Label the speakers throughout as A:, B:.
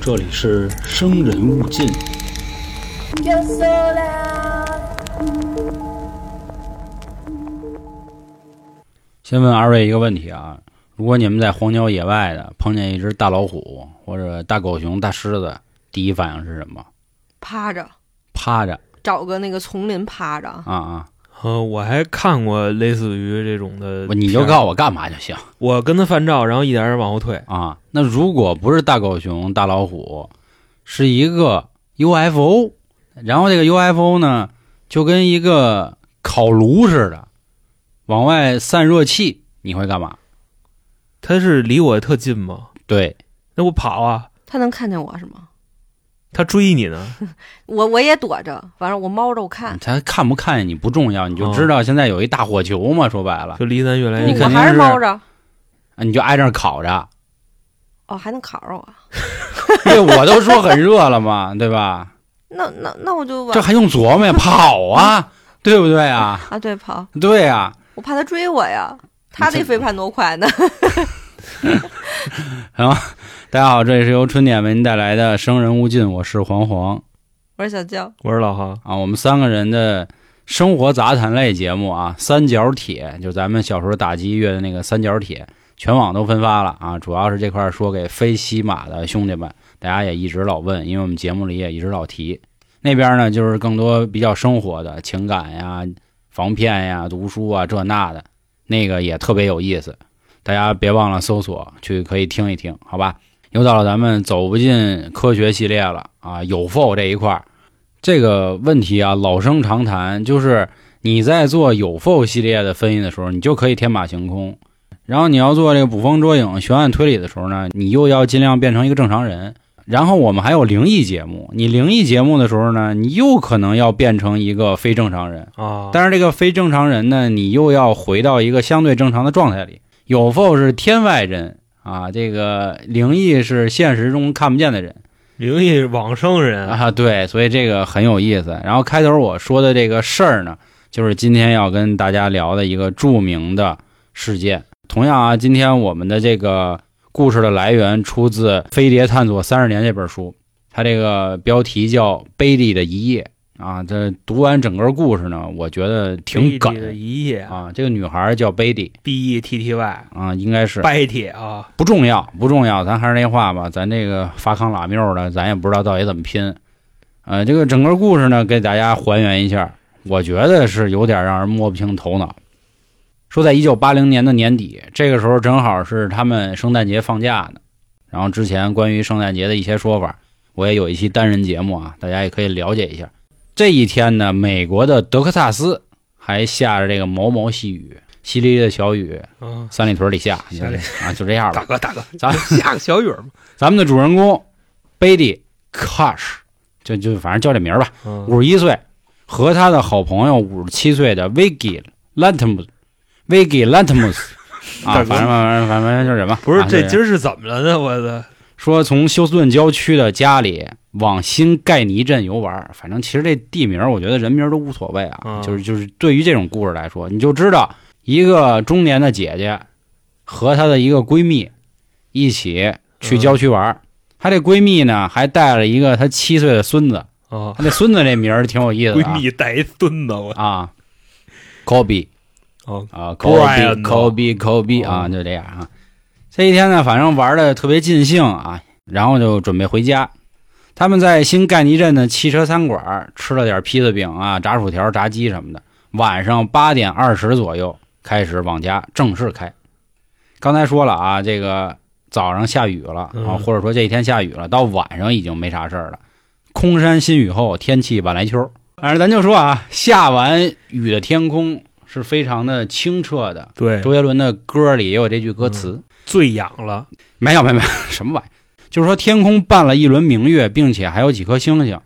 A: 这里是《生人勿进》。
B: Yo sola,
A: 先问二位一个问题啊：如果你们在荒郊野外的碰见一只大老虎或者大狗熊、大狮子，第一反应是什么？
C: 趴着，
A: 趴着
C: 找个那个丛林趴着。
A: 啊啊！
D: 呃，我还看过类似于这种的片
A: 我
D: 儿，
A: 哦你就告诉我干嘛就行
D: 我跟他翻照，然后一点点往后退。
A: 啊。那如果不是大狗熊、大老虎，是一个 UFO，然后这个 UFO 呢就跟一个烤炉似的，往外散热气，你会干嘛？
D: 他是离我特近吗？
A: 对，
D: 那我跑啊，
C: 它能看见我是吗？
D: 他追你呢。
C: 我我也躲着，反正我猫着我看。
A: 他看不看见你不重要，你就知道现在有一大火球嘛。说白了，
D: 就离咱越来
A: 啊嗯你
D: 越
C: 我
A: 肯定
C: 还
A: 是
C: 猫着。
A: 啊你就挨那儿烤着。
C: 哦，还能烤着我？
A: 对，我都说很热了嘛，对吧？
C: 那那那我就往
A: 这还用琢磨呀？跑啊，对不对啊？
C: 啊，对，跑，
A: 对啊，
C: 我怕它追我呀。它
A: 你
C: 这
A: 这
C: 飞盘多快呢！
A: 大家好，这里是由春点为您带来的《生人勿近》，我是黄黄
C: 我说小娇，
D: 我说老哈，
A: 啊。我们三个人的生活杂谈类节目啊，《三角铁》就咱们小时候打击乐的那个《三角铁》，全网都分发了啊。主要是这块儿说给非西马的兄弟们，大家也一直老问，因为我们节目里也一直老提。那边呢，就是更多比较生活的情感呀、防骗呀、读书啊这那的，那个也特别有意思。大家别忘了搜索去可以听一听，好吧？又到了咱们走不进科学系列了啊，有否这一块儿，这个问题啊，老生常谈，就是你在做有否系列的分析的时候，你就可以天马行空；然后你要做这个捕风捉影、悬案推理的时候呢，你又要尽量变成一个正常人。然后我们还有灵异节目，你灵异节目的时候呢，你又可能要变成一个非正常人。
D: 啊，
A: 但是这个非正常人呢，你又要回到一个相对正常的状态里。有否是天外人啊？这个灵异是现实中看不见的人
D: 灵异往生人，
A: 啊， 对，所以这个很有意思。然后开头我说的这个事儿呢，就是今天要跟大家聊的一个著名的事件。同样啊，今天我们的这个故事的来源出自《飞碟探索三十年》这本书，它这个标题叫《贝利的一夜》啊。这读完整个故事呢，我觉得挺
D: 梗
A: 梗
D: 的一夜
A: 啊，这个女孩叫 Betty
D: ，B E T T Y，
A: 啊，应该是
D: 白铁啊，
A: 不重要，不重要。咱还是那话吧，咱这个发康拉缪的，咱也不知道到底怎么拼。呃，这个整个故事呢，给大家还原一下，我觉得是有点让人摸不清头脑。说在一九八零年的年底，这个时候正好是他们圣诞节放假呢。然后之前关于圣诞节的一些说法，我也有一期单人节目啊，大家也可以了解一下。这一天呢，美国的德克萨斯还下着这个毛毛细雨，淅沥沥的小雨，
D: 嗯，
A: 三里屯里下，你
D: 下里
A: 啊，就这样
D: 大
A: 吧。
D: 哥大哥，
A: 啊 咱
D: 下个小雨儿嘛，
A: 咱们的主人公 Betty Cash，就就反正叫这名儿吧，
D: 嗯
A: 五十一岁，和他的好朋友五十七岁的 Vicky Lantimus，Vicky Lantimus 啊，
D: 大哥
A: 反正反正反正就是什么，
D: 不是
A: 啊
D: 这
A: 就
D: 今儿是怎么了呢？我的
A: 说从休斯顿郊区的家里往新盖尼镇游玩儿，反正其实这地名儿我觉得人名儿都无所谓啊，
D: 嗯
A: 就是就是对于这种故事来说，你就知道一个中年的姐姐和她的一个闺蜜一起去郊区玩儿，
D: 嗯
A: 她这闺蜜呢还带了一个她七岁的孙子，
D: 啊，
A: 她这孙子这名儿挺有意思的
D: 闺蜜带一孙子，我
A: 啊啊，Kobe
D: 哦
A: 啊
D: Brian
A: ，Kobe Kobe Kobe 啊，
D: 哦
A: 就这样啊。这一天呢，反正玩的特别尽兴啊，然后就准备回家。他们在新盖尼镇的汽车餐馆儿吃了点披萨饼啊、炸薯条、炸鸡什么的。晚上八点二十左右开始往家正式开。刚才说了啊，这个早上下雨了啊，
D: 嗯
A: 或者说这一天下雨了，到晚上已经没啥事儿了。空山新雨后，天气晚来秋。反正咱就说啊，下完雨的天空是非常的清澈的。
D: 对，
A: 周杰伦的歌里也有这句歌词。
D: 最痒了，
A: 没有没有没有，什么玩意儿？ 就是说天空伴了一轮明月，并且还有几颗星星，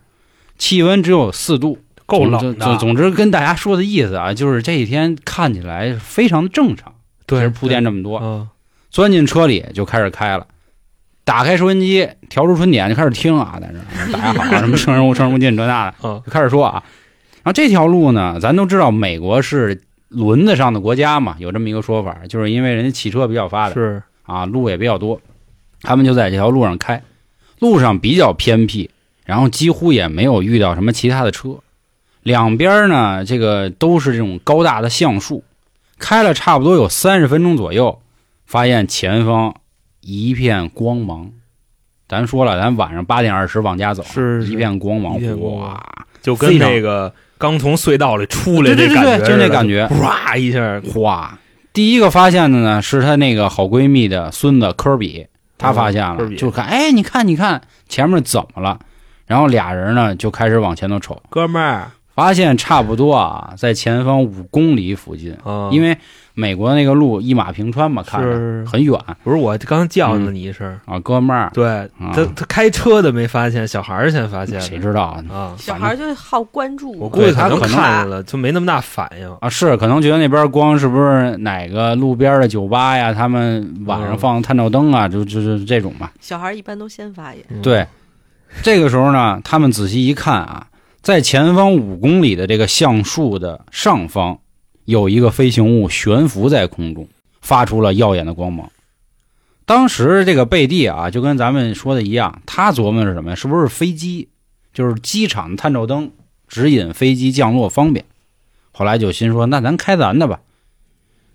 A: 气温只有四度，
D: 够
A: 总
D: 冷
A: 总
D: 的，
A: 总之跟大家说的意思啊，就是这一天看起来非常正常，其
D: 对，
A: 实铺垫这么多，
D: 啊，
A: 钻进车里就开始开了。打开收音机，调出春点就开始听啊，在这儿大家好啊，什么生人勿生人勿近这那的，
D: 嗯
A: 就开始说啊。然后这条路呢，咱都知道美国是轮子上的国家嘛，有这么一个说法，就是因为人家汽车比较发达，
D: 是
A: 啊，路也比较多，他们就在这条路上开。路上比较偏僻，然后几乎也没有遇到什么其他的车。两边呢，这个都是这种高大的橡树，开了差不多有三十分钟左右，发现前方一片光芒。咱说了，咱晚上八点二十往家走，啊
D: 是是
A: 一片光
D: 一
A: 芒
D: 片，光
A: 哇！
D: 就跟那个刚从隧道里出来
A: 对对
D: 那
A: 对
D: 感觉
A: 对
D: 似的，
A: 就那感觉
D: 唰一下，
A: 哇！第一个发现的呢是她那个好闺蜜的孙子科比，她发现
D: 嗯科
A: 了，
D: 比
A: 就看，哎，你看，你看前面怎么了？然后俩人呢就开始往前头瞅，
D: 哥们儿
A: 发现差不多啊，在前方五公里附近，
D: 啊，
A: 嗯因为美国那个路一马平川嘛，看着
D: 是
A: 很远
D: 不是我刚叫了你一声，
A: 啊，哥们儿，
D: 对
A: 啊
D: 他他开车的没发现，小孩儿先发现
A: 谁
D: 的
A: 知道啊
D: 啊，
C: 小孩儿就好关注嘛，
D: 我估计
A: 他
D: 能
A: 可能
D: 看见了，就没那么大反应。
A: 啊，是可能觉得那边光是不是哪个路边的酒吧呀，他们晚上
D: 嗯
A: 放探照灯啊，就就就这种嘛。
C: 小孩儿一般都先发言，
D: 嗯，
A: 对，这个时候呢，他们仔细一看啊，在前方五公里的这个橡树的上方，有一个飞行物悬浮在空中，发出了耀眼的光芒。当时这个贝蒂啊，就跟咱们说的一样，他琢磨的是什么呀？是不是飞机？就是机场探照灯指引飞机降落方便。后来就心说，那咱开咱的吧。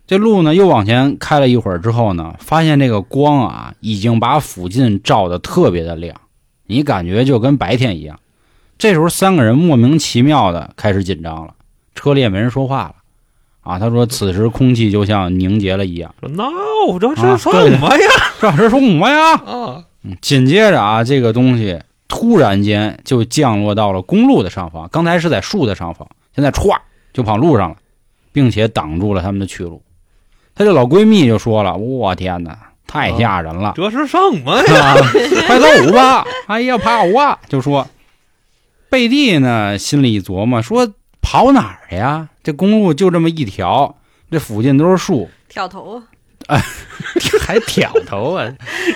A: 这路呢又往前开了一会儿之后呢，发现这个光啊已经把附近照的特别的亮，你感觉就跟白天一样。这时候三个人莫名其妙的开始紧张了，车里也没人说话了。啊，他说此时空气就像凝结了一样。
D: 说，no，这
A: 啊
D: 这什么呀？
A: 这老师说什么呀？
D: 啊，
A: 紧接着啊，这个东西突然间就降落到了公路的上方，刚才是在树的上方，现在歘就跑路上了，并且挡住了他们的去路。她这老闺蜜就说了：“我天哪，太吓人了！
D: 这是什 么呀？
A: 啊，快走吧！哎呀，怕我啊！”就说贝蒂呢，心里一琢磨说：“跑哪儿呀？这公路就这么一条，这附近都是树，
C: 挑头啊，
A: 还挑头 啊！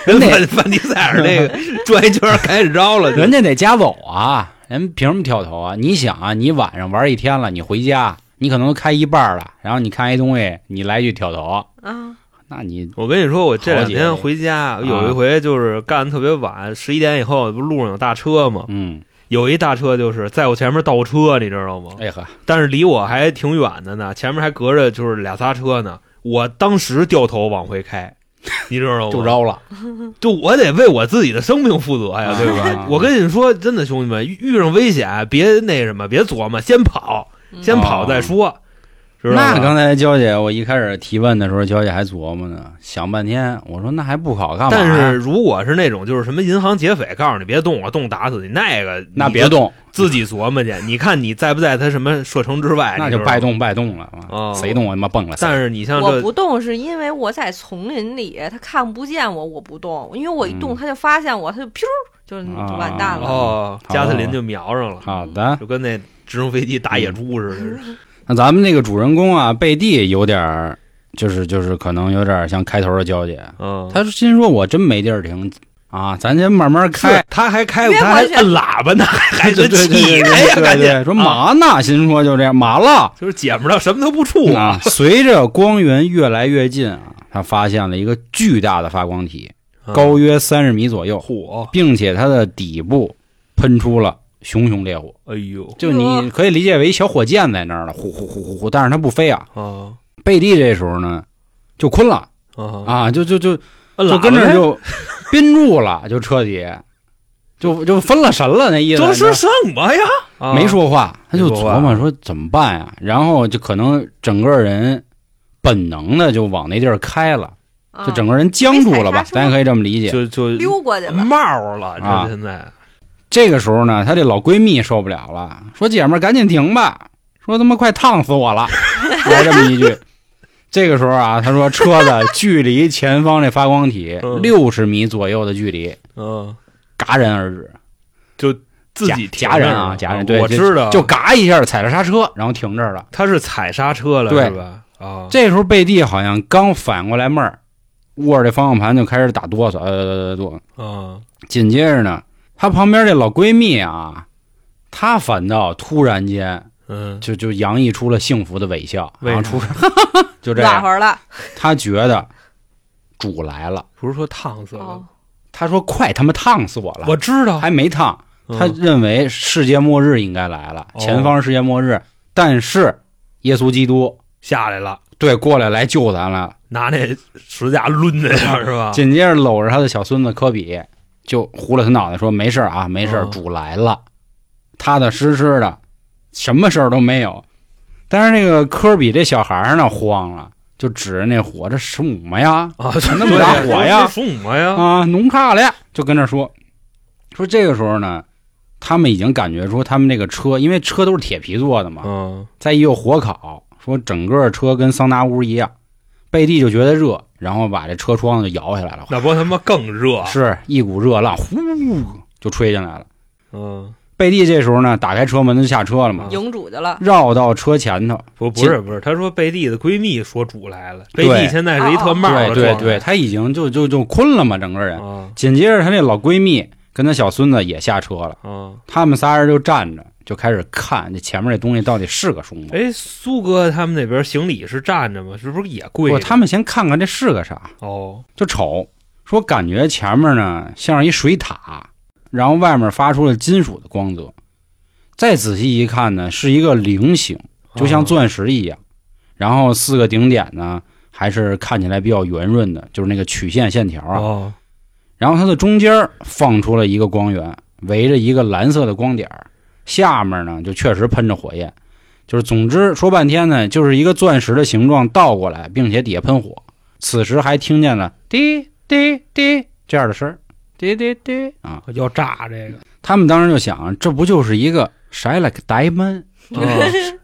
D: 人
A: 那
D: 范范迪塞尔 那个转一圈儿开始招了，
A: 人家得加走啊，人凭什么挑头啊？你想啊，你晚上玩一天了，你回家，你可能都开一半了，然后你看一东西，你来一句挑头，
C: 嗯
A: 那你
D: 我跟你说，我这两
A: 好啊几
D: 天回家有一回就是干得特别晚，十一点以后不路上有大车吗？
A: 嗯，
D: 有一大车就是在我前面倒车，你知道吗？
A: 哎呵，
D: 但是离我还挺远的呢，前面还隔着就是俩仨车呢。我当时掉头往 回开，你知道吗？
A: 就招了，
D: 就我得为我自己的生命负责呀，对吧？
A: 啊
D: 我跟你说，真的，兄弟们，遇遇上危险别那什么，别琢磨，先跑，
C: 嗯
D: 先跑再说，知道吧？
A: 哦那刚才娇姐，我一开始提问的时候，娇姐还琢磨呢，想半天，我说那还不考干嘛
D: 但
A: 呀？
D: 是如果是那种就是什么银行劫匪，告诉你别动我，动打死你，那个
A: 那别，动，
D: 自己琢磨去。你看你在不在他什么射程之外，
A: 那
D: 你
A: 就
D: 知道吗
A: 拜。动拜动了啊
D: 哦，
A: 谁动我他妈蹦了谁。
D: 但是你像
C: 我
D: 这
C: 不动是因为我在丛林里，他看不见我，我不动，因为我
A: 嗯
C: 一动他就发现我，他就噗，就就
A: 啊
C: 完蛋了。
D: 哦，
A: 好
D: 加特林就瞄上了，
A: 好的，
D: 就跟那直升飞机打野猪
C: 嗯
D: 似的。
A: 那咱们那个主人公啊，贝蒂有点儿，就是就是可能有点儿像开头的娇姐，
D: 嗯，
A: 他心说：“我真没地儿停啊，咱先慢慢开
D: 是。他还开，
C: 别
D: 他还
C: 跑去
D: 摁喇叭呢，还”
A: 对对
D: 真气
A: 对
D: 人呀，
A: 对
D: 感觉
A: 对说嘛
D: 啊
A: 呢？心说就这样，嘛了
D: 就是姐们儿了，什么都不怵
A: 啊！随着光源越来越近啊，他发现了一个巨大的发光体，
D: 嗯
A: 高约三十米左右，
D: 火，
A: 并且它的底部喷出了熊熊烈火，
D: 哎呦
A: 就你可以理解为一小火箭在那儿了，呼呼呼呼呼，但是它不飞啊。
D: 啊
A: 贝蒂这时候呢，就困了
D: 啊，
A: 啊，就就就
D: 摁喇
A: 就
D: 叭
A: 跟这儿
D: 呗
A: 就宾住了，就彻底就就分了神了，那意思。
D: 这是
A: 你知
D: 什么呀？
A: 道
D: 啊
A: 没说话，他就
D: 没说话
A: 琢磨说怎么办呀？然后就可能整个人本能的就往那地儿开了，
C: 啊
D: 哦
A: 就整个人僵住了吧
C: 没踩刹，
D: 哎
C: 车
A: 咱也可以这么理解。
D: 就就
C: 溜过去了，
D: 帽儿了，
A: 啊
D: 这现在
A: 这个时候呢，她这老闺蜜受不了了，说：“姐们儿，赶紧停吧！”说：“他妈快烫死我了！” 来这么一句。 这个时候啊，她说：“车子距离前方这发光体
D: 嗯
A: 六十米左右的距离，
D: 嗯，
A: 戛然而止。”
D: 自己
A: 夹夹人啊，
D: 夹
A: 夹人，对，
D: 我
A: 就
D: 知道，
A: 就嘎一下踩了刹车，然后停这儿了。
D: 他是踩刹车了，
A: 对
D: 是吧？啊，
A: 这时候贝蒂好像刚反过来闷儿，握着这方向盘就开始打哆嗦，呃，哆。
D: 啊，
A: 紧接着呢，她旁边这老闺蜜啊，她反倒突然间
D: 嗯，
A: 就就洋溢出了幸福的微笑，
D: 为
A: 然后
D: 啥
A: 啊出就这
C: 暖
A: 样，
C: 和了。
A: 她觉得主来了，
D: 不是说烫死了
C: 哦
D: 吗，
A: 他说快他妈烫死我了，
D: 我知道，
A: 还没烫，他
D: 嗯
A: 认为世界末日应该来了，
D: 哦
A: 前方世界末日，但是耶稣基督
D: 下来了，
A: 对过来来救咱了。
D: 拿那十字架抡那 下是吧？
A: 紧接着搂着他的小孙子科比，就糊了他脑袋说：“没事儿啊，没事儿，
D: 嗯
A: 主来了，踏踏实实的，什么事儿都没有。”但是那个科比这小孩儿呢慌了，就指着那火：“这什么呀？
D: 啊，
A: 那么大火呀
D: 什么呀？
A: 啊，弄卡了呀！”就跟那说。说这个时候呢，他们已经感觉出他们这个车，因为车都是铁皮做的嘛，
D: 嗯，
A: 再一有火烤，说整个车跟桑拿屋一样。贝蒂就觉得热，然后把这车窗子就摇下来了，
D: 那不他妈更热？
A: 是一股热浪，呼就吹进来了。
D: 嗯，
A: 贝蒂这时候呢，打开车门就下车了
D: 啊
A: 嘛，
C: 营主去了，
A: 绕到车前头。
D: 不不是不是，他说贝蒂的闺蜜说主来了，贝
A: 对
D: 蒂现在是一特帽
A: 对
D: 的
A: 对
D: 状
A: 对，
D: 态
A: 他已经就就就困了嘛，整个人。
D: 啊
A: 紧接着，她那老闺蜜跟她小孙子也下车了，
D: 啊！
A: 他们仨人就站着，就开始看这前面这东西到底是个什么。
D: 哎，苏哥他们那边行李是站着吗？是不是也跪
A: 不，
D: 着？
A: 他们先看看这是个啥，
D: 哦，
A: 就瞅，说感觉前面呢像是一水塔，然后外面发出了金属的光泽。再仔细一看呢，是一个菱形。就像钻石一样。然后四个顶点呢，还是看起来比较圆润的，就是那个曲线线条啊。
D: 哦
A: 然后它的中间儿放出了一个光源，围着一个蓝色的光点儿，下面呢就确实喷着火焰。就是总之说半天呢，就是一个钻石的形状倒过来，并且底下喷火。此时还听见了滴滴滴这样的声儿，滴滴滴啊！
D: 哦，要炸这个，
A: 他们当时就想，这不就是一个 s h i like diamond，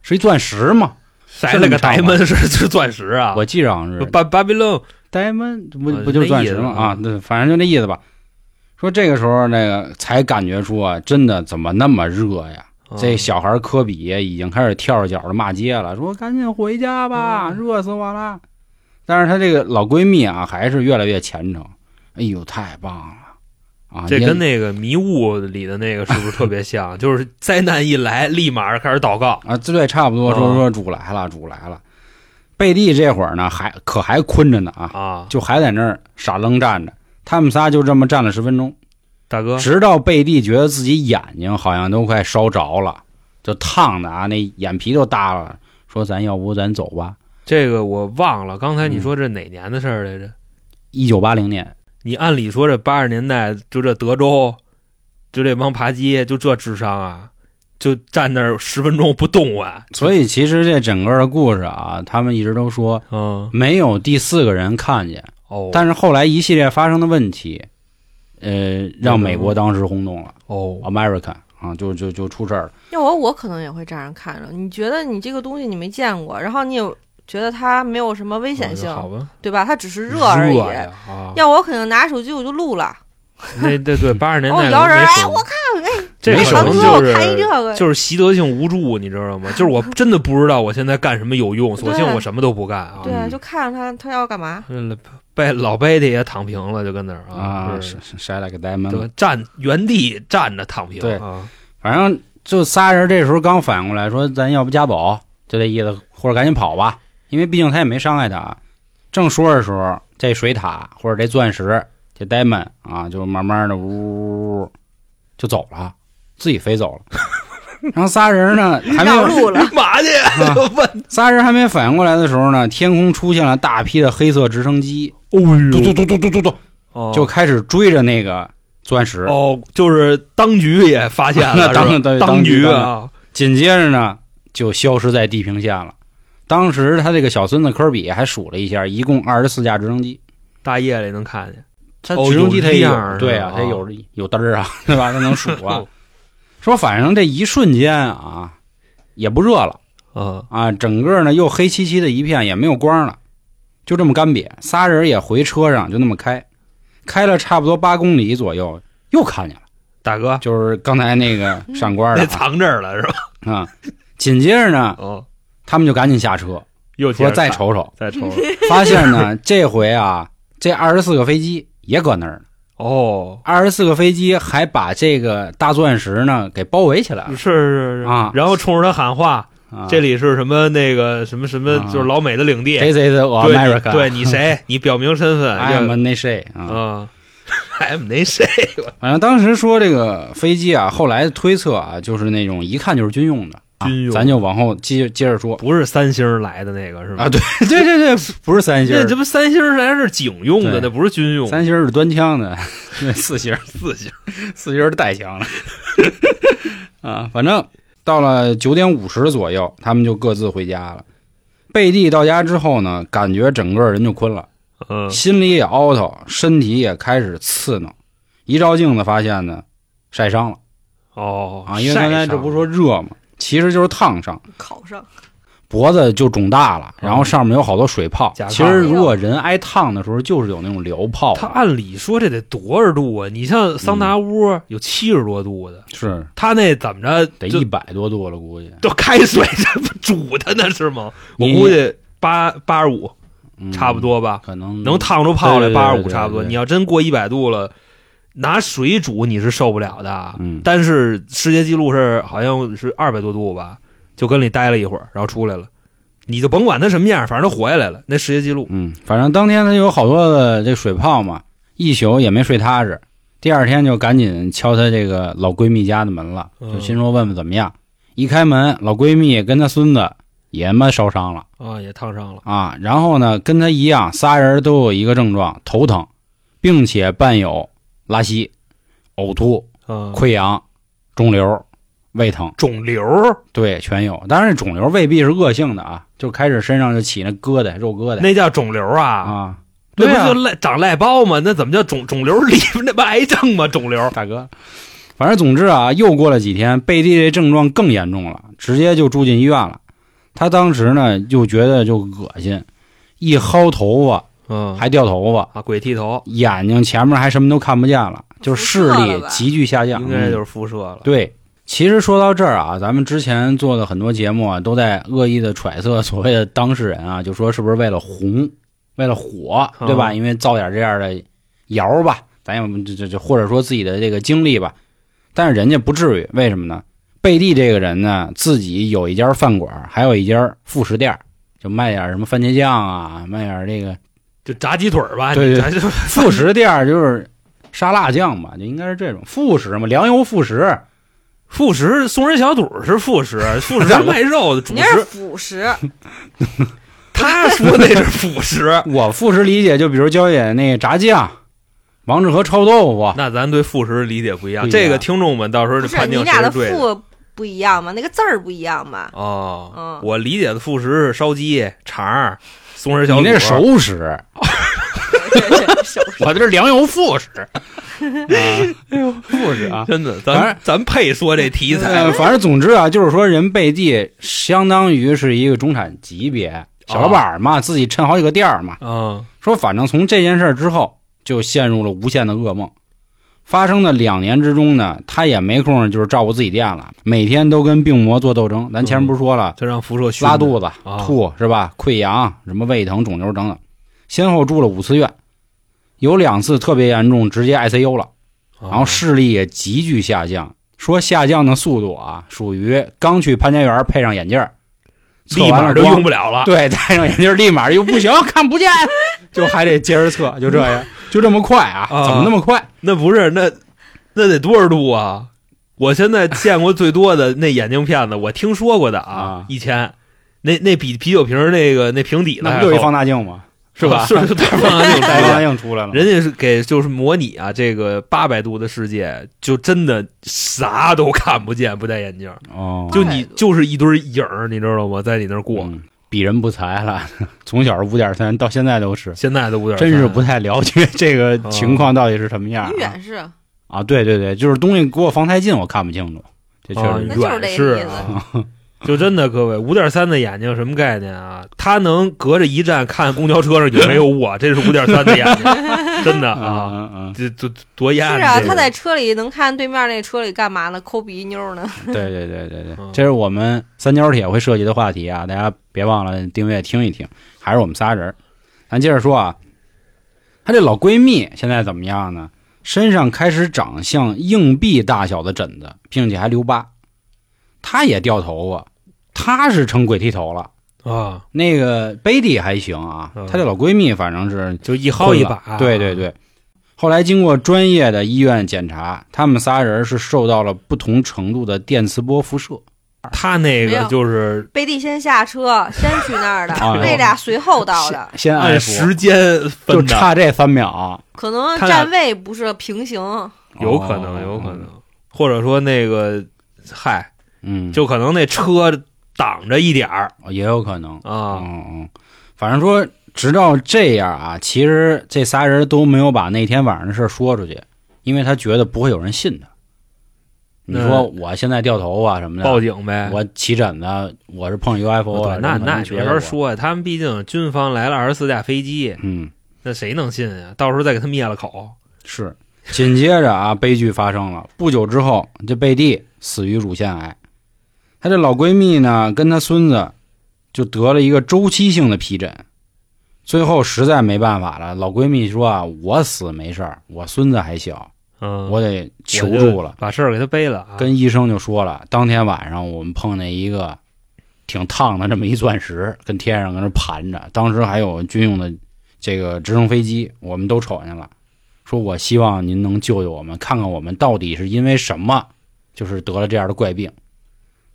A: 是一
D: 哦
A: 钻石吗？
D: 塞了个白门是是钻石啊！
A: 我记着好像是
D: 巴巴比伦
A: diamond 不
D: 啊
A: 不就是钻石
D: 那意思
A: 吗？
D: 啊
A: 啊，对，反正就那意思吧。说这个时候那个才感觉出啊，真的怎么那么热呀？
D: 嗯
A: 这小孩科比已经开始跳着脚的骂街了，说赶紧回家吧，
D: 嗯
A: 热死我了。但是她这个老闺蜜啊，还是越来越虔诚。哎呦，太棒了啊！
D: 这
A: 也
D: 跟那个迷雾里的那个是不是特别像？ 就是灾难一来，立马开始祷告。
A: 啊，这对差不多说
D: 嗯
A: 说主来了，主来了。贝蒂这会儿呢，还可还困着呢啊，
D: 啊，
A: 就还在那儿傻愣站着。他们仨就这么站了十分钟。
D: 大哥，
A: 直到贝蒂觉得自己眼睛好像都快烧着了，就烫的啊，那眼皮都耷拉了，说咱要不咱走吧。
D: 这个我忘了，刚才
A: 嗯
D: 你说这哪年的事儿来着？
A: 一九八零年，
D: 你按理说这八十年代就这德州，就这帮扒鸡，就这智商啊，就站那儿十分钟不动啊。
A: 所
D: 以，
A: 以其实这整个的故事啊，他们一直都说
D: 嗯，
A: 没有第四个人看见，
D: 哦，
A: 但是后来一系列发生的问题，呃，让美国当时轰动了
D: 哦，
A: ，American 啊，就就就出事儿了。
C: 要我我可能也会这样看着。你觉得你这个东西你没见过，然后你有觉得它没有什么危险性，
D: 哦好吧，
C: 对吧？它只是热而已。
D: 呀 啊，
C: 要我可能拿手机我就录了，
D: 那对对，八十年代
C: 哦摇人
D: 没
C: 哎
D: 手
C: 我
D: 机这
A: 没
D: 可
A: 手
C: 堂
D: 能
A: 机
C: 哥，我
D: 就是
C: 看一这个，
D: 就是习得性无助，你知道吗？就是我真的不知道我现在干什么有用，索性我什么都不干啊。呃
C: 对，
A: 嗯
C: 就看着他他要干嘛。
D: 被老贝的也躺平了，就跟那儿
A: 啊，
D: 是
A: 是是晒了个 diamond，
D: 对，站原地站着躺平。
A: 对
D: 啊，
A: 反正就仨人这时候刚反应过来，说咱要不家走，就这意思，或者赶紧跑吧，因为毕竟他也没伤害他。正说着时候，这水塔或者这钻石，这 diamond 啊，就慢慢的呜呜呜就走了，自己飞走了。然后仨人呢，还没
C: 绕
A: 有
C: 路了，
D: 干嘛去？
A: 啊
D: 问，
A: 仨人还没反应过来的时候呢，天空出现了大批的黑色直升机，
D: 哦
A: 嘟嘟嘟嘟嘟嘟嘟，
D: 哦
A: 就开始追着那个钻石。
D: 哦，就是当局也发现了，
A: 当
D: 是吧
A: 对
D: 当
A: 当局
D: 啊，
A: 紧接着呢，就消失在地平线了。当时他这个小孙子科比还数了一下，一共二十四架直升机。
D: 大夜里能看见。
A: 他
D: 哦
A: 直升机他也
D: 有这样儿
A: 对啊，
D: 是吧
A: 他有有嘚儿啊， 对吧？他能数啊
D: 哦。
A: 说反正这一瞬间啊，也不热了
D: 嗯，
A: 啊，整个呢又黑漆漆的一片，也没有光了，就这么干瘪。仨人也回车上，就那么开，开了差不多八公里左右，又看见了，
D: 大哥，
A: 就是刚才那个闪光
D: 那
A: 的
D: 藏这儿了是吧？
A: 啊啊。紧接着呢，
D: 哦，
A: 他们就赶紧下车，
D: 又接
A: 说
D: 着
A: 再
D: 看，
A: 瞅瞅。
D: 再瞅瞅。
A: 发现呢，这回啊，这二十四个飞机也搁那儿呢。
D: 哦，
A: 二十四个飞机还把这个大钻石呢给包围起来
D: 是
A: 了
D: 是是
A: 啊
D: 然后冲着他喊话，
A: 啊！
D: 嗯这里是什么那个什么什么
A: 啊，
D: 就是老美的领地。
A: This is
D: 对你
A: America，哎
D: 对你谁？你表明身份。
A: ，I
D: 要嗯
A: am nation 啊。
D: 啊，还没谁
A: 反正当时说这个飞机啊，后来推测啊，就是那种一看就是军用的。啊
D: 军用
A: 咱就往后接接着 说
D: 不是三星儿来的那个是吧？
A: 啊，对对对对，不是三星儿
D: 那，这不三星儿来是警用
A: 对
D: 的，那不是军用。
A: 三星儿是端枪的，那四星儿
D: 四星儿
A: 四星儿是带枪的。 啊，反正到了九点五十左右，他们就各自回家了。贝蒂到家之后呢，感觉整个人就困了，
D: 嗯，
A: 心里也凹头，身体也开始刺挠。一照镜子发现呢，晒伤了
D: 哦
A: 啊，因为刚才这不是说热吗？其实就是烫伤，
C: 考上
A: 脖子就肿大了，然
D: 嗯
A: 后上面有好多水泡
D: 假。烫
A: 其实如果人挨烫的时候，就是有那种燎泡的，
D: 他按理说这得多少度啊？你像
A: 嗯
D: 桑拿屋有七十多度的，
A: 是
D: 他那怎么着
A: 得
D: 就
A: 一百多度了，估计。
D: 都开水 这不煮它呢是吗？我
A: 你
D: 估计八八十五
A: 嗯
D: 差不多吧，
A: 可能
D: 能烫出泡来
A: 对对对
D: 八十
A: 对
D: 五
A: 对
D: 差不多。
A: 对
D: 你要真过一百度了，拿水煮你是受不了的。
A: 嗯
D: 但是世界纪录是好像是二百多度吧，就跟里待了一会儿，然后出来了。你就甭管他什么样，反正他活下来了，那世界纪录。
A: 嗯，反正当天他有好多的这水泡嘛，一宿也没睡踏实。第二天就赶紧敲她这个老闺蜜家的门了，
D: 嗯
A: 就心说问问怎么样。一开门，老闺蜜跟她孙子也他妈烧伤了
D: 啊，也烫伤了。
A: 啊！然后呢，跟她一样，仨人都有一个症状，头疼，并且伴有拉稀、呕吐、
D: 啊，
A: 溃疡、肿瘤、胃疼。
D: 肿瘤
A: 对，全有。当然，这肿瘤未必是恶性的啊，就开始身上就起那疙瘩、肉疙瘩
D: 那叫肿瘤啊，
A: 啊。
D: 那
A: 对啊
D: 不就赖长赖包吗？那怎么叫肿肿瘤里那不癌症吗？肿瘤
A: 大哥，反正总之啊，又过了几天，贝蒂这症状更严重了，直接就住进医院了。他当时呢，就觉得就恶心，一薅头发
D: 嗯
A: 还掉头发，
D: 啊，鬼剃头
A: 眼睛前面还什么都看不见了，就是视
C: 辐射了
A: 力
C: 吧
A: 急剧下降。
D: 应该就
A: 嗯
D: 是辐射了。
A: 对。其实说到这儿啊，咱们之前做的很多节目啊，都在恶意的揣测所谓的当事人啊，就说是不是为了红，为了火，对吧？
D: 嗯
A: 因为造点这样的谣儿吧，咱也这这这，或者说自己的这个经历吧。但是人家不至于，为什么呢？贝蒂这个人呢，自己有一家饭馆，还有一家副食店儿，就卖点什么番茄酱啊，卖点这个
D: 就炸鸡腿儿吧，
A: 对对
D: 你炸鸡腿儿
A: 副 食店儿就是沙拉酱吧，就应该是这种副食嘛，粮油副食。
D: 副食送人小肚儿是副食， 副食
A: 咱
D: 是
A: 们，
D: 卖肉的主
C: 你那是
D: 食。
C: 辅食，
D: 他说那是副食
A: 我副食理解就比如椒盐那炸酱，王致和臭豆腐，
D: 那咱对副食理解不
A: 不
D: 一样。
A: 一样
D: 这个听众们到时候
C: 不
D: 就是判
C: 你
D: 定
C: 俩
D: 谁
C: 的
D: 是对的。
C: 副不一样嘛，那个字儿不一样嘛。
D: 哦
C: 嗯，
D: 我理解的副食是烧鸡、肠儿、松仁小
A: 你
D: 肚。
A: 那是熟食， 我这是粮油副 食。哎呦，啊副食 啊！
D: 真的，
A: 反正
D: 咱咱配说这题材
A: 呃，反正总之啊，就是说人贝蒂相当于是一个中产级别小老板嘛，自己趁好几个店儿嘛。
D: 啊，
A: 说反正从这件事儿之后，就陷入了无限的噩梦。发生的两年之中呢，他也没空就是照顾自己店了，每天都跟病魔做斗争。咱前面不是说了，
D: 就让辐射熏
A: 拉
D: 着
A: 肚子、
D: 啊
A: 吐是吧？溃疡、什么胃疼、肿瘤等等，先后住了五次院，有两次特别严重，直接 ICU 了。
D: 啊
A: 然后视力也急剧下降，说下降的速度啊，属于刚去潘家园配上眼镜儿，
D: 立马
A: 测
D: 就
A: 完了光
D: 用不了了。
A: 对，戴上眼镜儿立马又不行，看不见，就还得接着测，就这样，就这么快啊？
D: 啊
A: 怎么那么快？
D: 那不是那那得多少度啊？我现在见过最多的那眼镜片子，我听说过的啊
A: 啊，
D: 一千，那那比啤酒瓶儿那个那瓶底的
A: 那
D: 还
A: 不就是一
D: 厚
A: 放大镜吗？
D: 是吧？
A: 是
D: 是 是大方向那种
A: 戴
D: 概
A: 放大
D: 念。
A: 镜出来了，
D: 人家是给就是模拟啊，这个八百度的世界，就真的啥都看不见，不戴眼镜儿，
A: 哦，
D: 就你
C: 800度
D: 就是一堆影儿，你知道吗？在你那儿过，
A: 嗯鄙人不才了， 从小五点三到现在都是。
D: 现在都五点，嗯
A: 真是不太了 解这个情况到底是什么样
C: 你
A: 啊
C: 远视，
A: 啊！对对对，就是东西给我放太近，我看不清楚，这确
D: 啊
A: 实
C: 那
A: 是
C: 就是
D: 远
C: 这
D: 视
C: 意思
D: 啊，就真的各位，五点三的眼睛什么概念啊？他能隔着一站看公交车上有没有我，这是五点三的眼 睛，真的
A: 啊
D: 啊，
A: 嗯嗯，
D: 这这多
C: 是
D: 压抑
C: 啊，
D: 这个
C: 他在车里能看对面那车里干嘛呢？抠鼻妞呢？
A: 对对对对对
D: 嗯，
A: 这是我们三角铁会涉及的话题啊，大家别忘了订阅听一听，还是我们仨人儿。咱接着说啊，她这老闺蜜现在怎么样呢？身上开始长像硬币大小的疹子，并且还留疤，她也掉头发，她是成鬼剃头了。
D: 啊，
A: 那个贝蒂还行啊，
D: 嗯
A: 她这老闺蜜反正是
D: 就一薅一把，啊
A: 对对，对，后来经过专业的医院检查，他们仨人是受到了不同程度的电磁波辐射。
D: 他那
C: 没
D: 个
C: 有
D: 就是
C: 贝蒂先下车，先去那 儿的
D: 哎
A: 啊，
C: 那俩随后到的，
A: 先先
D: 按
A: 按服
D: 时间
A: 就
D: 分的，
A: 差这三秒，
C: 可能
D: 他俩
C: 站位不是平行。
D: 有可能，有可能，
A: 哦
D: 或者说那个，嗨，
A: 嗯，
D: 就可能那车挡着一点儿
A: 也有可能。
D: 啊，
A: 嗯嗯，反正说，直到这样啊，其实这仨人都没有把那天晚上的事儿说出去，因为他觉得不会有人信他。你
D: 那
A: 说我现在掉头发什么的，
D: 报警呗。
A: 我起疹子，我是碰 UFO
D: 哎啊对
A: 了，，
D: 那
A: 啊人可能
D: 那
A: 觉
D: 没
A: 得
D: 法
A: 我。
D: 说呀，他们毕竟军方来了二十四架飞机，
A: 嗯，
D: 那谁能信啊？到时候再给他灭了口。
A: 是。紧接着啊，悲剧发生了。 不久之后，这贝蒂死于乳腺癌，她这老闺蜜呢，跟她孙子就得了一个周期性的皮疹。最后实在没办法了，老闺蜜说啊，我死没事儿，我孙子还小，
D: 嗯，
A: 我得求
D: 我就
A: 助了。
D: 把事儿给他背了啊。
A: 跟医生就说了，当天晚上我们碰见一个挺烫的这么一钻石，跟天上跟那盘着。当时还有军用的这个直升飞机，我们都瞅见了，说我希望您能救救我们，看看我们到底是因为什么，就是得了这样的怪病。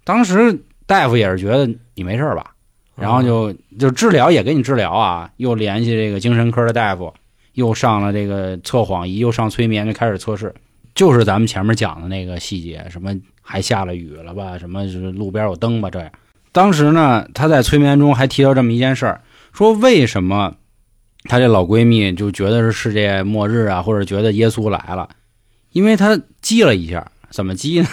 A: 当时大夫也是觉得你没事儿吧，然后就就治疗也给你治疗啊，又联系这个精神科的大夫，又上了这个测谎仪，又上催眠，就开始测试，就是咱们前面讲的那个细节，什么还下了雨了吧，什么是路边有灯吧，这样。当时呢，她在催眠中还提到这么一件事儿，说为什么她这老闺蜜就觉得是世界末日啊，或者觉得耶稣来了，因为她激了一下，怎么激呢？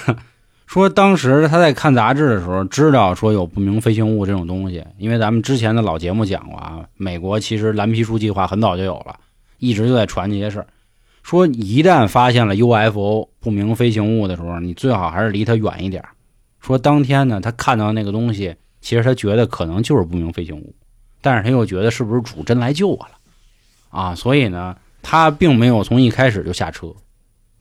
A: 说当时他在看杂志的时候，知道说有不明飞行物这种东西，因为咱们之前的老节目讲过啊，美国其实蓝皮书计划很早就有了，一直就在传这些事儿。说一旦发现了 UFO 不明飞行物的时候，你最好还是离它远一点儿。说当天呢，他看到那个东西，其实他觉得可能就是不明飞行物，但是他又觉得是不是主真来救我了啊？所以呢，他并没有从一开始就下车，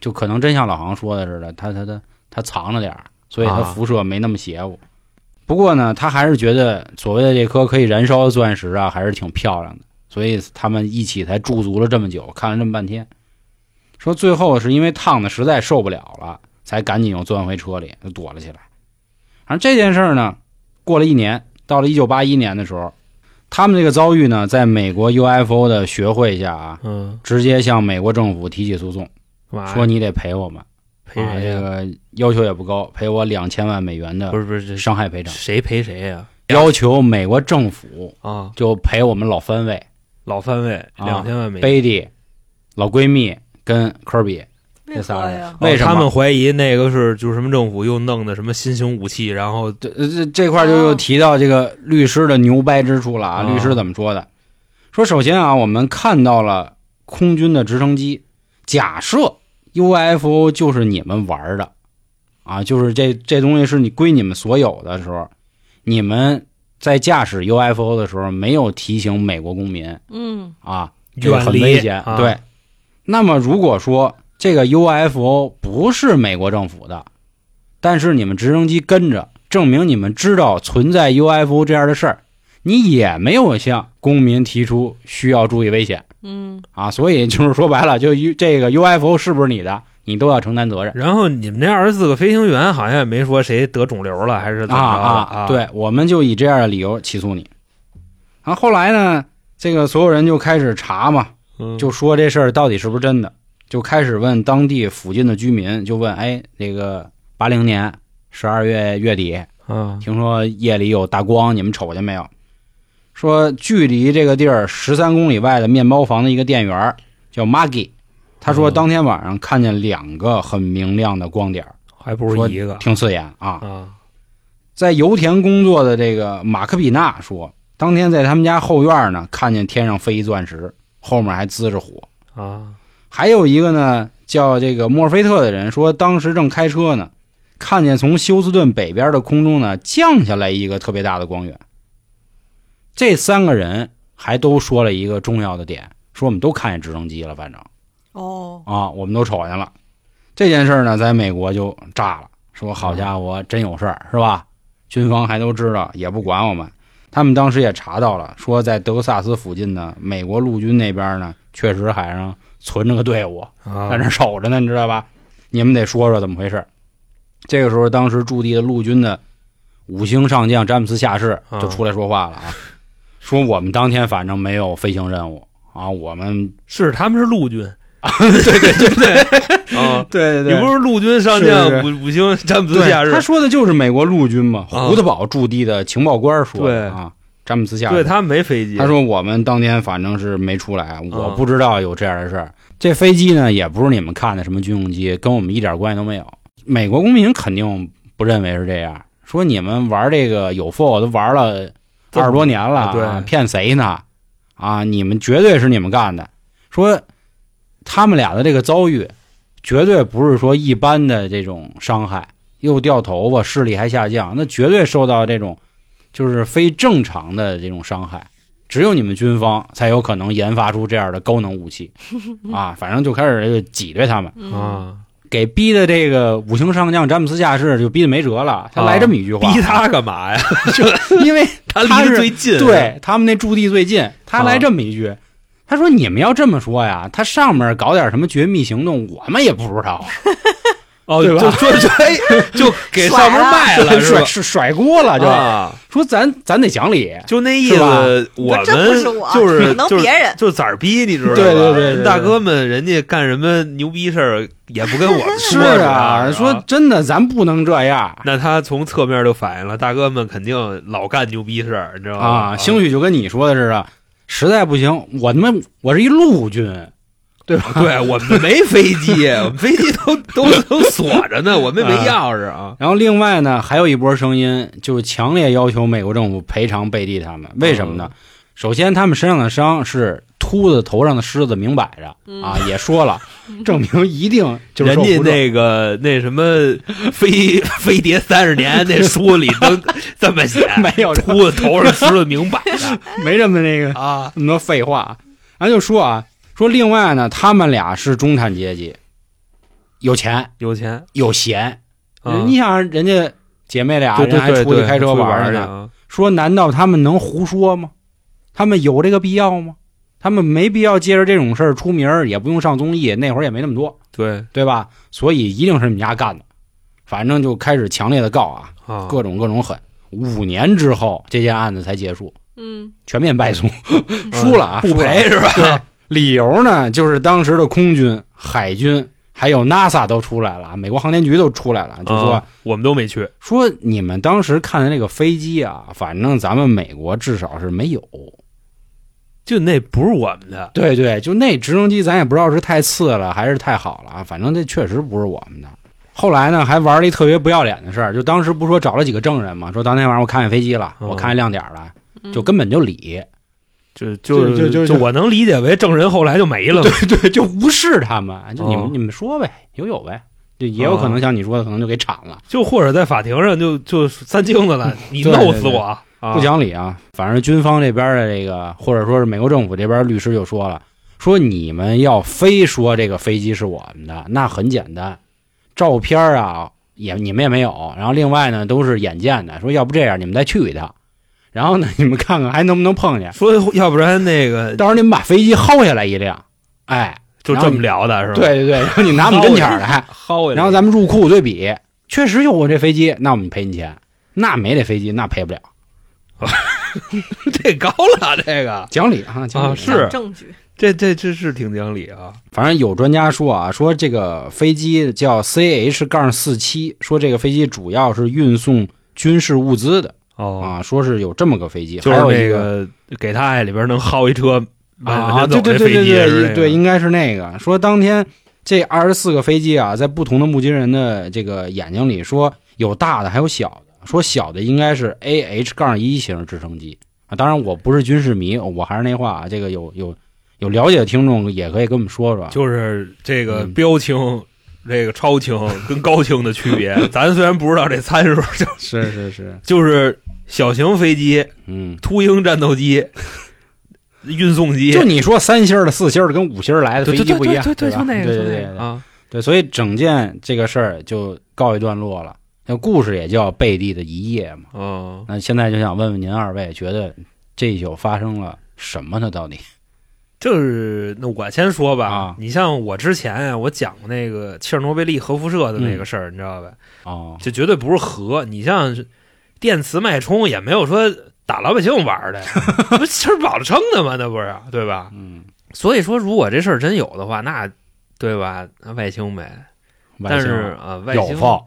A: 就可能真像老航说的似的，他他他他藏着点儿，所以他
D: 啊
A: 辐射没那么邪乎。不过呢，他还是觉得所谓的这颗可以燃烧的钻石啊，还是挺漂亮的，所以他们一起才驻足了这么久，看了这么半天。说最后是因为烫的实在受不了了，才赶紧又钻回车里，就躲了起来。而这件事儿呢，过了一年，到了一九八一年的时候，他们这个遭遇呢，在美国 UFO 的学会下啊，
D: 嗯，
A: 直接向美国政府提起诉讼，
D: 干嘛呀
A: 说你得赔我们，
D: 哎赔
A: 啊
D: 谁
A: 这
D: 呀？
A: 个要求也不高，赔我两千万美元的
D: 不是不是，这啊
A: 伤害赔偿，
D: 谁赔谁呀？
A: 要求美国政府
D: 啊，
A: 就赔我们老三位
D: 老番位
A: 啊
D: 两千万美金。哦
A: 贝蒂、老闺蜜跟科比
C: 为
A: 这仨
C: 何
A: 人
C: 呀？
A: 为什么
D: 哦他们怀疑那个是就是什么政府又弄的什么新型武器，然后
A: 这这这块儿就又提到这个律师的牛掰之处了啊！
D: 哦
A: 律师怎么说的？说首先啊，我们看到了空军的直升机，假设 UFO 就是你们玩儿的啊，就是这这东西是你归你们所有的时候，你们在驾驶 UFO 的时候没有提醒美国公民
C: 嗯，
A: 啊，这个
D: 远
A: 很危
D: 离
A: 险。
D: 啊
A: 对，那么如果说这个 UFO 不是美国政府的，但是你们直升机跟着，证明你们知道存在 UFO 这样的事儿，你也没有向公民提出需要注意危险
C: 嗯，
A: 啊。所以就是 说白了，就 U 这个 UFO 是不是你的，你都要承担责任。
D: 然后你们这二十四个飞行员好像也没说谁得肿瘤了还是怎么
A: 啊
D: 着的
A: 啊！，对，我们就以这样的理由起诉你。然后后来呢，这个所有人就开始查嘛，
D: 嗯
A: 就说这事儿到底是不是真的，就开始问当地附近的居民，就问，哎，那个八零年十二月月底，
D: 啊
A: 听说夜里有大光，你们瞅见没有？说距离这个地儿十三公里外的面包房的一个店员儿叫 Maggie，他说
D: 哦
A: 当天晚上看见两个很明亮的光点儿，
D: 还不
A: 说
D: 是一个
A: 挺刺眼啊。
D: 啊
A: 在油田工作的这个马克比纳说，当天在他们家后院呢，看见天上飞一钻石，后面还滋着火。
D: 啊
A: 还有一个呢，叫这个墨菲特的人说，当时正开车呢，看见从休斯顿北边的空中呢降下来一个特别大的光源。这三个人还都说了一个重要的点，说我们都看见直升机了，反正
C: 哦，
A: 啊，我们都瞅见了。这件事儿呢，在美国就炸了，说好家伙，真有事儿是吧？军方还都知道，也不管我们。他们当时也查到了，说在德克萨斯附近呢，美国陆军那边呢，确实海上存着个队伍
D: 啊
A: 在那儿守着呢，你知道吧？你们得说说怎么回事儿。这个时候，当时驻地的陆军的五星上将詹姆斯下士就出来说话了啊，说我们当天反正没有飞行任务啊，我们
D: 是他们是陆军，
A: 对对对
D: 啊，
A: 对
D: 你不是陆军上
A: 是
D: 将五五星詹姆斯夏
A: 对，
D: 日
A: 他，说的就是美国陆军嘛，
D: 啊
A: 胡德堡驻地的情报官说的
D: 对
A: 啊，詹姆斯下士
D: 对他们没飞机，
A: 他说我们当天反正是没出来，我
D: 嗯
A: 不知道有这样的事儿。这飞机呢，也不是你们看的什么军用机，跟我们一点关系都没有。美国公民肯定不认为是这样，说你们玩这个有 f 都玩了
D: 这
A: 二十多年了，
D: 啊对
A: 啊骗谁呢？啊，你们绝对是你们干的。说他们俩的这个遭遇，绝对不是说一般的这种伤害，又掉头发，视力还下降，那绝对受到这种就是非正常的这种伤害。只有你们军方才有可能研发出这样的高能武 器啊！反正就开始就挤兑他们，
C: 嗯，
D: 啊，
A: 给逼的这个五星上将詹姆斯下士就逼得没辙了。他来这么一句话，
D: 逼，他干嘛呀？
A: 因为
D: 他
A: 他
D: 离
A: 是
D: 得最近，啊
A: 对他们那驻地最近，他来这么一句，他说：“你们要这么说呀，他上面搞点什么绝密行动，我们也不知道，
D: 哦，
A: 对吧啊
D: 就 说就哎， 就给上面卖了是吧
A: 甩？甩甩锅了就，
D: 啊，
A: 说咱咱得讲理。”
D: 就那意
A: 是吧
D: 思，我
C: 这真不是
D: 们
C: 我
D: 就
C: 可
D: 是
C: 能
D: 就是
C: 别人
D: 就是崽儿逼，你知道吧？
A: 对对对对对
D: 大哥们，人家干什么牛逼事儿也不跟我 们
A: 是
D: 说吧
A: 啊，
D: 是吧啊
A: 说真的，咱不能这样
D: 那他从侧面就反映了，大哥们肯定老干牛逼事儿，你知道吗？
A: 啊！兴许就跟你说的似的，实在不行，我他妈我是一陆军， 对吧？
D: 对我们没飞机，我们飞机都都都锁着呢，我们没钥匙啊。
A: 然后另外呢，还有一波声音就强烈要求美国政府赔偿贝蒂他们，为什么
D: 嗯
A: 呢？首先，他们身上的伤是秃子头上的虱子，明摆着啊，也说了，证明一定就是
D: 嗯人
A: 受
D: 家
A: 不住
D: 那个那什么飞飞碟三十年那书里都 这么写，
A: 没有
D: 秃子头上狮子明摆的
A: 没这么那个
D: 啊
A: 那么多废话，咱就说啊，说另外呢，他们俩是中产阶级，有钱
D: 有钱，
A: 有闲，
D: 啊
A: 你想人家姐妹俩
D: 对
A: 人
D: 对
A: 还
D: 对，
A: 出去
D: 对
A: 开车
D: 出去
A: 玩
D: 玩
A: 儿
D: 去
A: 呢，
D: 啊，
A: 说难道他们能胡说吗？他们有这个必要吗？他们没必要借着这种事儿出名儿，也不用上综艺，那会儿也没那么多，
D: 对
A: 对吧？所以一定是你们家干的，反正就开始强烈的告啊，
D: 啊，
A: 各种各种狠。五年之后，这件案子才结束，
C: 嗯，
A: 全面败诉，输了啊，
D: 嗯不
A: 输了
D: 赔是吧？
A: 对，理由呢，就是当时的空军、海军还有 NASA 都出来了啊，美国航天局都出来了，就说、
D: 啊我们都没去，
A: 说你们当时看的那个飞机啊，反正咱们美国至少是没有。
D: 就那不是我们的，
A: 对对，就那直升机，咱也不知道是太次了还是太好了啊，反正这确实不是我们的。后来呢，还玩了一特别不要脸的事儿，就当时不说找了几个证人嘛，说当天晚上我看见飞机了，
D: 嗯
A: 我看见亮点了，就根本就理，
D: 就就
A: 就就就
D: 就我能理解为证人后来就没了嘛，
A: 对对，就无视他们，就你们、
D: 哦
A: 你们说呗，有有呗，就也有可能像你说的，可能就给铲了。
D: 就或者在法庭上就就三清 子了，你
A: 对
D: 弄
A: 对
D: 死
A: 对
D: 我啊，
A: 不讲理啊！反正军方这边的这个，或者说是美国政府这边律师就说了，说你们要非说这个飞机是我们的，那很简单，照片啊也你们也没有，然后另外呢都是眼见的，说要不这样，你们再去一趟，然后呢你们看看还能不能碰见，
D: 说要不然那个
A: 到时候你们把飞机薅下来一辆，哎，
D: 就这么聊的是吧？，
A: 对对对，然后你拿我们跟前儿 来，
D: 薅下来，
A: 然后咱们入库对比，确实有我这飞机，那我们赔你钱，那没这飞机那赔不了，
D: 这高了，这个
A: 讲理啊，讲理
D: 啊是
C: 证据，
D: 这这这是挺讲理啊，
A: 反正有专家说啊，说这个飞机叫 CH 杠四七，说这个飞机主要是运送军事物资的
D: 哦，
A: 啊，说是有这么个飞机，
D: 就
A: 还
D: 是
A: 有
D: 那
A: 一
D: 个给他爱里边能薅一车
A: 啊，
D: 往
A: 对
D: 前走
A: 对
D: 这
A: 对
D: 飞
A: 对
D: 机是这
A: 对
D: 个
A: 对，应该是那个。说当天这二十四个飞机啊，在不同的目击人的这个眼睛里，说有大的，还有小的，说小的应该是 AH 杠一型直升机啊。当然，我不是军事迷，我还是那话啊，这个有有有了解的听众也可以跟我们说说啊。
D: 就是这个
A: 嗯
D: 标清、这个超清跟高清的区别。咱虽然不知道这参数，就是
A: 是是，
D: 就是小型飞机、
A: 嗯。
D: 秃鹰战斗 机、运送机
A: 就你说三星儿的、四星儿的跟五星儿来的飞
D: 对
A: 机不一样，
D: 对对对对
A: 吧
D: 就那个
A: 对对
D: 就那
A: 对
D: 个
A: 对
D: 啊，
A: 对，所以整件这个事儿就告一段落了。那故事也叫贝蒂的一夜嘛。
D: 嗯，
A: 那现在就想问问您二位，觉得这一宿发生了什么呢？到底
D: 就是那我先说吧，
A: 啊
D: 你像我之前啊，我讲过那个切尔诺贝利核辐射的那个事儿，你知道吧？
A: 哦，
D: 这绝对不是核，你像是电磁脉冲也没有说打老百姓玩儿 的，这不吃饱了撑的吗？那不是啊对吧？
A: 嗯，
D: 所以说，如果这事儿真有的话，那对吧？那外星呗，但是啊、呃外
A: 有
D: 星
A: 放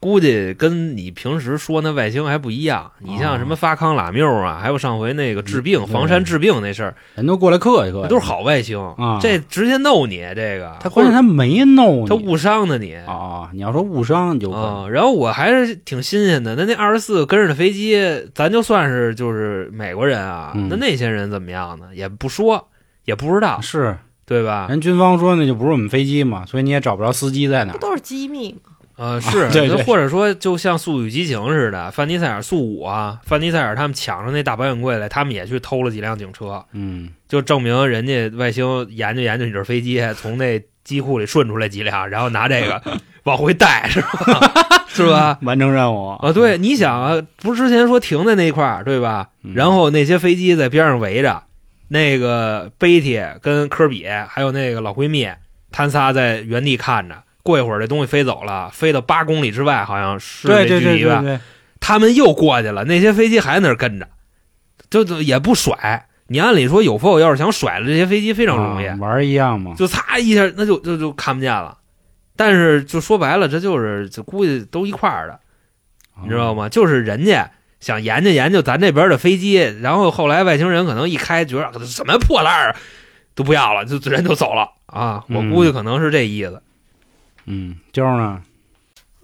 D: 估计跟你平时说那外星还不一样。你像什么发康拉缪啊，还有上回那个治病、
A: 哦嗯
D: 房山治病那事儿，
A: 人都过来客气客气，
D: 都是好外星
A: 啊
D: 这直接弄你这个，
A: 他关键他没弄
D: 他
A: 你
D: 误伤的你
A: 啊、啊你要说误伤就可以、
D: 啊、然后我还是挺新鲜的。那那二十四个跟着的飞机，咱就算是就是美国人啊，
A: 嗯
D: 那那些人怎么样呢？也不说，也不知道，
A: 是哎
D: 对吧？
A: 人军方说那就不是我们飞机嘛，所以你也找不着司机在哪
C: 不
A: 儿。
C: 都是机密吗？
D: 呃，是，
A: 啊对对
D: 或者说就像《速度与激情》似的，范迪塞尔速五啊，范迪塞尔他们抢着那大保险柜来，他们也去偷了几辆警车，
A: 嗯，
D: 就证明人家外星研究研究你这飞机，从那机库里顺出来几辆，然后拿这个 往回带，是吧？是吧？
A: 完成任务
D: 啊，对，，你想啊，不是之前说停在那一块儿，对吧？
A: 嗯
D: 然后那些飞机在边上围着，那个贝蒂跟科比还有那个老闺蜜，他仨在原地看着。过一会儿这东西飞走了，飞到八公里之外，好像是
A: 对对
D: 这距
A: 对
D: 离
A: 对
D: 吧。
A: 对，
D: 他们又过去了，那些飞机还在那儿跟着，就就也不甩。你按理说有否要是想甩了这些飞机非
A: 非
D: 常容易，
A: 啊玩儿一样嘛。
D: 就擦一下，那就就就看不见了。但是就说白了，这就是就估计都一块儿的。你知道
A: 吗？
D: 吗？就是人家想研究研究咱这边的飞机，然后后来外星人可能一开，觉得啊什么破烂儿都不要了，就人就走了啊！我
A: 嗯
D: 估计可能是这意思。
A: 嗯，就是呢，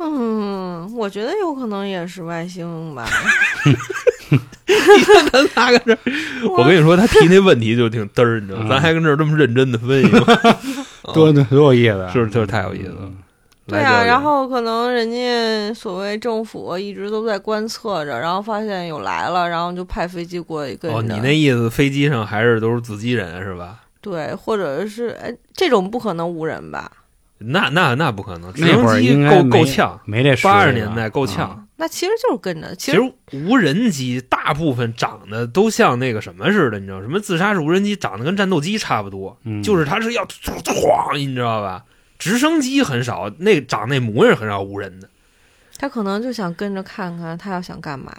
C: 嗯，我觉得有可能也是外星吧。
D: 咱仨跟这儿， 我跟你说，他提那问题就挺嘚儿，你 知道吗？
A: 嗯
D: 咱还跟这儿这么认真的分析吗，啊
A: 多多多有意思，
D: 是就是太有意思了。
A: 嗯
C: 对
D: 来
C: 啊，
D: 表演
C: 然后可能人家所谓政府一直都在观测着，然后发现有来了，然后就派飞机过去跟着。
D: 哦，你那意思，飞机上还是都是自己人是吧？
C: 对，或者是哎，这种不可能无人吧？
D: 那那那不可能，直
A: 那会
D: 升
A: 儿
D: 机
A: 应该
D: 够
A: 没嗯
D: 够呛，，
A: 没这实啊力
D: 八十
A: 了
D: 年代够呛。。
C: 那其实就是跟着，其
D: 其
C: 实
D: 实无人机大部分长得都像那个什么似的，你知道什么？自杀式无人机长得跟战斗机差不多，
A: 嗯，
D: 就是它是要哐，你知道吧？直升机很少，那长那模样很少无人的。
C: 他可能就想跟着看看他要想干嘛，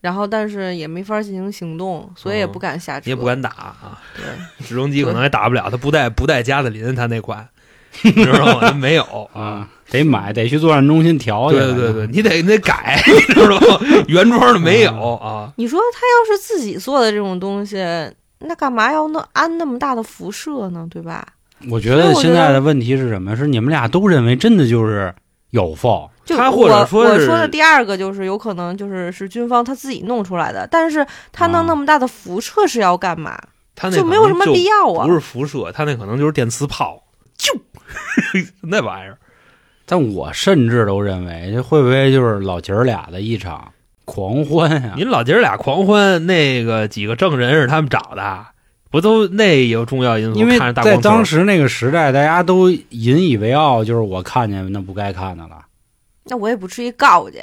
C: 然后但是也没法进行行动，所以也
D: 嗯
C: 不敢下车。
D: 你也不敢打啊，
C: 对，
D: 直升机可能还打不了，它不带不带加特林，它那款，你知道吗？它没有啊。
A: 啊，得买，得去作战中心调去。
D: 对对对，你得你得改，你知道吗？原装的没有
A: 嗯
D: 啊。
C: 你说他要是自己做的这种东西，那干嘛要那安那么大的辐射呢？对吧？
A: 我觉得现在的问题是什么？是你们俩都认为真的就是有否？
C: 就
D: 他或者
C: 我
D: 说
C: 我
D: 是
C: 说的第二个就是有可能就是是军方他自己弄出来的，但是他
A: 啊
C: 弄那么大的辐射是要干嘛？
D: 哦它那
C: 就
D: 可
C: 没有
D: 能
C: 什么
D: 就
C: 必要啊
D: 不。是辐射，它那可能就是电磁炮，啾， 那玩意儿。
A: 但我甚至都认为，这会不会就是老姐儿俩的一场狂欢啊呀、
D: 您老姐儿俩狂欢，那个几个证人是他们找的，不都那有重要因素？
A: 因为
D: 看着大
A: 在
D: 光头
A: 当时那个时代，大家都引以为傲，就是我看见那不该看的了。
C: 那我也不至于告去，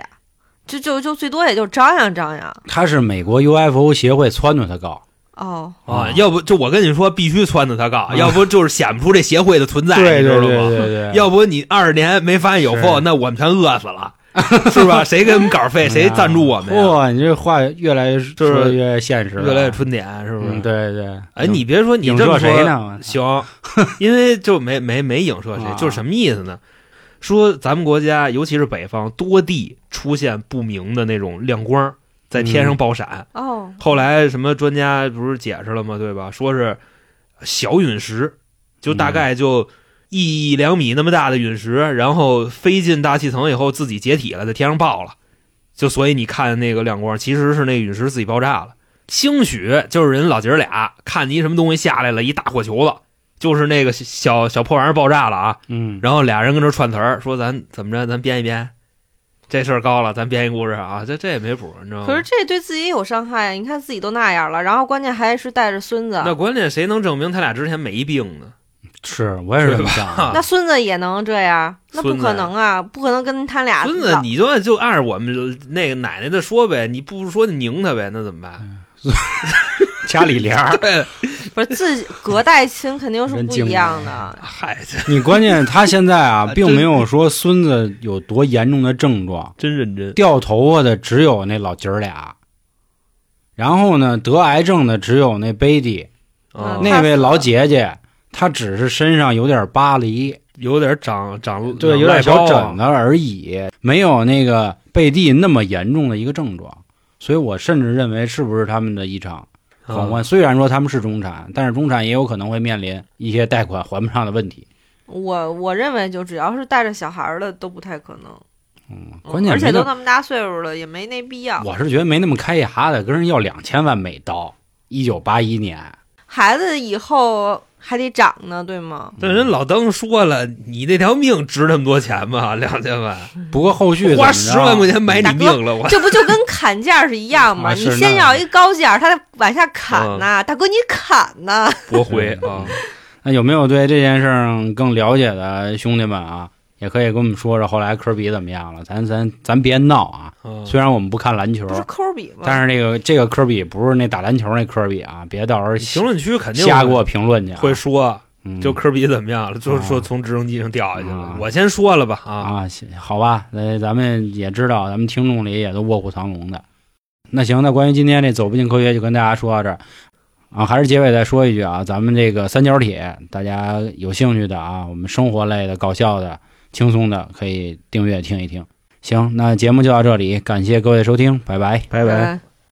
C: 就就就最多也就张扬张扬
A: 他是美国 UFO 协会撺掇他告，
C: 哦。
D: 啊，要不就我跟你说，必须撺掇他告，要不就是显不出这协会的存在，
A: 啊对
D: 你知
A: 对
D: 道
A: 对
D: 吗？
A: 对对，
D: 要不你二十年没发现有缝，
A: 是
D: 那我们全饿死了，是吧？谁给我 们稿费，哎谁赞助我们呀？
A: 哎哇，你这话越来越
D: 就是
A: 说得越现实了，
D: 越来越春天，是不
A: 嗯，
D: 是？
A: 对对。
D: 哎，你别说，你
A: 影
D: 这
A: 射
D: 么
A: 谁
D: 说
A: 呢？
D: 行，因为就没没没影射谁
A: 啊，
D: 就是什么意思呢？说咱们国家，尤其是北方，多地出现不明的那种亮光儿在天
A: 嗯
D: 上爆闪。
C: 哦，
D: 后来什么专家不是解释了吗？对吧？说是小陨石，就大概就一两米那么大的陨石，然后飞进大气层以后自己解体了，在天上爆了。就所以你看那个亮光，其实是那陨石自己爆炸了。兴许就是人老姐儿俩看你什么东西下来了，一大火球子，就是那个小小破玩意儿爆炸了啊。
A: 嗯，
D: 然后俩人跟这串词儿，说咱怎么着，咱编一编，这事儿高了，咱编一故事啊。这这也没谱，你知道吗？
C: 可是这对自己也有伤害呀！啊你看自己都那样了，然后关键还是带着孙子，
D: 那关键谁能证明他俩之前没病呢？
A: 是我也是这么 想
D: 啊
A: 的。
C: 那孙子也能这样？那不
D: 孙子
C: 可能啊，不可能跟他俩
D: 孙子
C: 老，
A: 嗯
D: 你就按就按我们那个奶奶的说呗，你不说你拧他呗，那怎么办？
A: 家里帘儿。
C: 不是自己隔代亲肯定是
A: 人
C: 不
A: 精
C: 一
A: 明
C: 样的，
D: 嗨， 这
A: 你关键他现在啊，
D: 真
A: 并没有说孙子有多严重的症状，
D: 真认真。
A: 掉头发的只有那老姐儿俩，然后呢，得癌症的只有那 baby
D: 啊，
A: 那位老姐姐，她只是身上有点巴黎，
D: 有点长长啊
A: 对，有点小疹
D: 的。
A: 子而已，没有那个贝蒂那么严重的一个症状，所以我甚至认为是不是他们的一场
D: 啊嗯
A: 狂欢？虽然说他们是中产，但是中产也有可能会面临一些贷款还不上的问题。
C: 我我认为就只要是带着小孩儿的都不太可能，
A: 嗯，
C: 嗯
A: 关键
C: 而且
A: 没那
C: 都那么大岁数了，也没那必要。
A: 我是觉得没那么开牙的，跟人要两千万美刀。一九八一年，
C: 孩子以后还得长呢，对 吗？
D: 但人老登说了，你那条命值那么多钱吗？ 两千万，
A: 不过后续怎么着嗯
D: 花十万块钱买你命了， 我
C: 这不就跟砍价是一样吗？
A: 啊
C: 你
A: 是
C: 先
A: 那嗯
C: 要一高价，他往下砍呐、大哥你砍呐、
D: 驳回啊！
A: 那有没有对这件事儿更了解的兄弟们啊？也可以跟我们说说后来科比怎么样了。咱咱咱别闹啊！
D: 啊
A: 虽然我们不看篮球，
C: 不是抠比吗？
A: 但是那个这个科比不是那打篮球那科比啊，别到时候
D: 评论区肯定
A: 瞎给我评论去、啊，
D: 会说，
A: 嗯
D: 就科比怎么样了，就
A: 啊
D: 说从直升机上掉下去了
A: 啊。
D: 我先说了吧啊，
A: 啊，行好吧，那咱们也知道，咱们听众里也都卧虎藏龙的。那行，那关于今天这走不进科学就跟大家说到这儿啊，还是结尾再说一句啊，咱们这个三角铁，大家有兴趣的啊，我们生活类的、搞笑的、轻松的，可以订阅听一听。行，那节目就到这里，感谢各位收听，拜拜。
D: 拜
C: 嗯